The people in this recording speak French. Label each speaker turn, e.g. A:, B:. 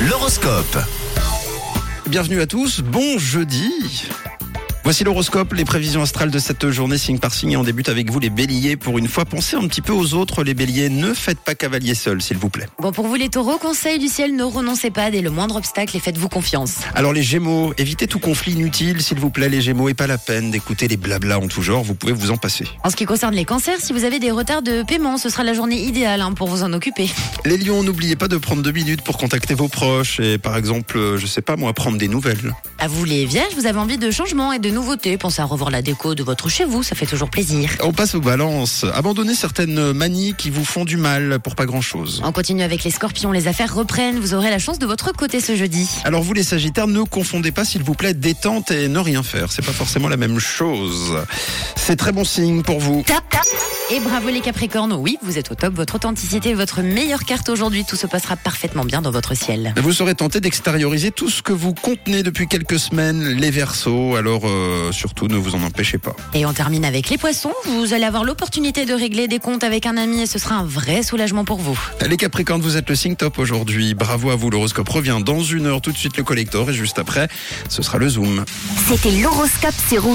A: L'horoscope.
B: Bienvenue à tous, bon jeudi Voici l'horoscope, les prévisions astrales de cette journée signe par signe et on débute avec vous les béliers. Pour une fois, pensez un petit peu aux autres les béliers, ne faites pas cavalier seul s'il vous plaît.
C: Bon, pour vous les taureaux, conseil du ciel, ne renoncez pas dès le moindre obstacle et faites-vous confiance.
B: Alors les gémeaux, évitez tout conflit inutile s'il vous plaît les gémeaux et pas la peine d'écouter les blablas en tout genre, vous pouvez vous en passer.
C: En ce qui concerne les cancers, si vous avez des retards de paiement, ce sera la journée idéale hein, pour vous en occuper.
B: Les lions, n'oubliez pas de prendre deux minutes pour contacter vos proches et par exemple, euh, je sais pas moi, prendre des nouvelles.
C: À vous les vierges, vous avez envie de changement et de nouveautés. Pensez à revoir la déco de votre chez vous, ça fait toujours plaisir.
B: On passe aux balances, abandonnez certaines manies qui vous font du mal pour pas grand chose.
C: On continue avec les scorpions, les affaires reprennent, vous aurez la chance de votre côté ce jeudi.
B: Alors vous les Sagittaires, ne confondez pas s'il vous plaît détente et ne rien faire. C'est pas forcément la même chose. C'est très bon signe pour vous.
C: Tap, tap. Et bravo les capricornes, oui, vous êtes au top, votre authenticité est votre meilleure carte aujourd'hui, tout se passera parfaitement bien dans votre ciel.
B: Vous serez tenté d'extérioriser tout ce que vous contenez depuis quelques semaines, les Verseaux. Alors euh, surtout, ne vous en empêchez pas.
C: Et on termine avec les poissons, vous allez avoir l'opportunité de régler des comptes avec un ami et ce sera un vrai soulagement pour vous.
B: Les Capricornes, vous êtes le signe top aujourd'hui. Bravo à vous. L'horoscope revient dans une heure. Tout de suite le collector et juste après, ce sera le zoom.
D: C'était l'horoscope sur Rouge.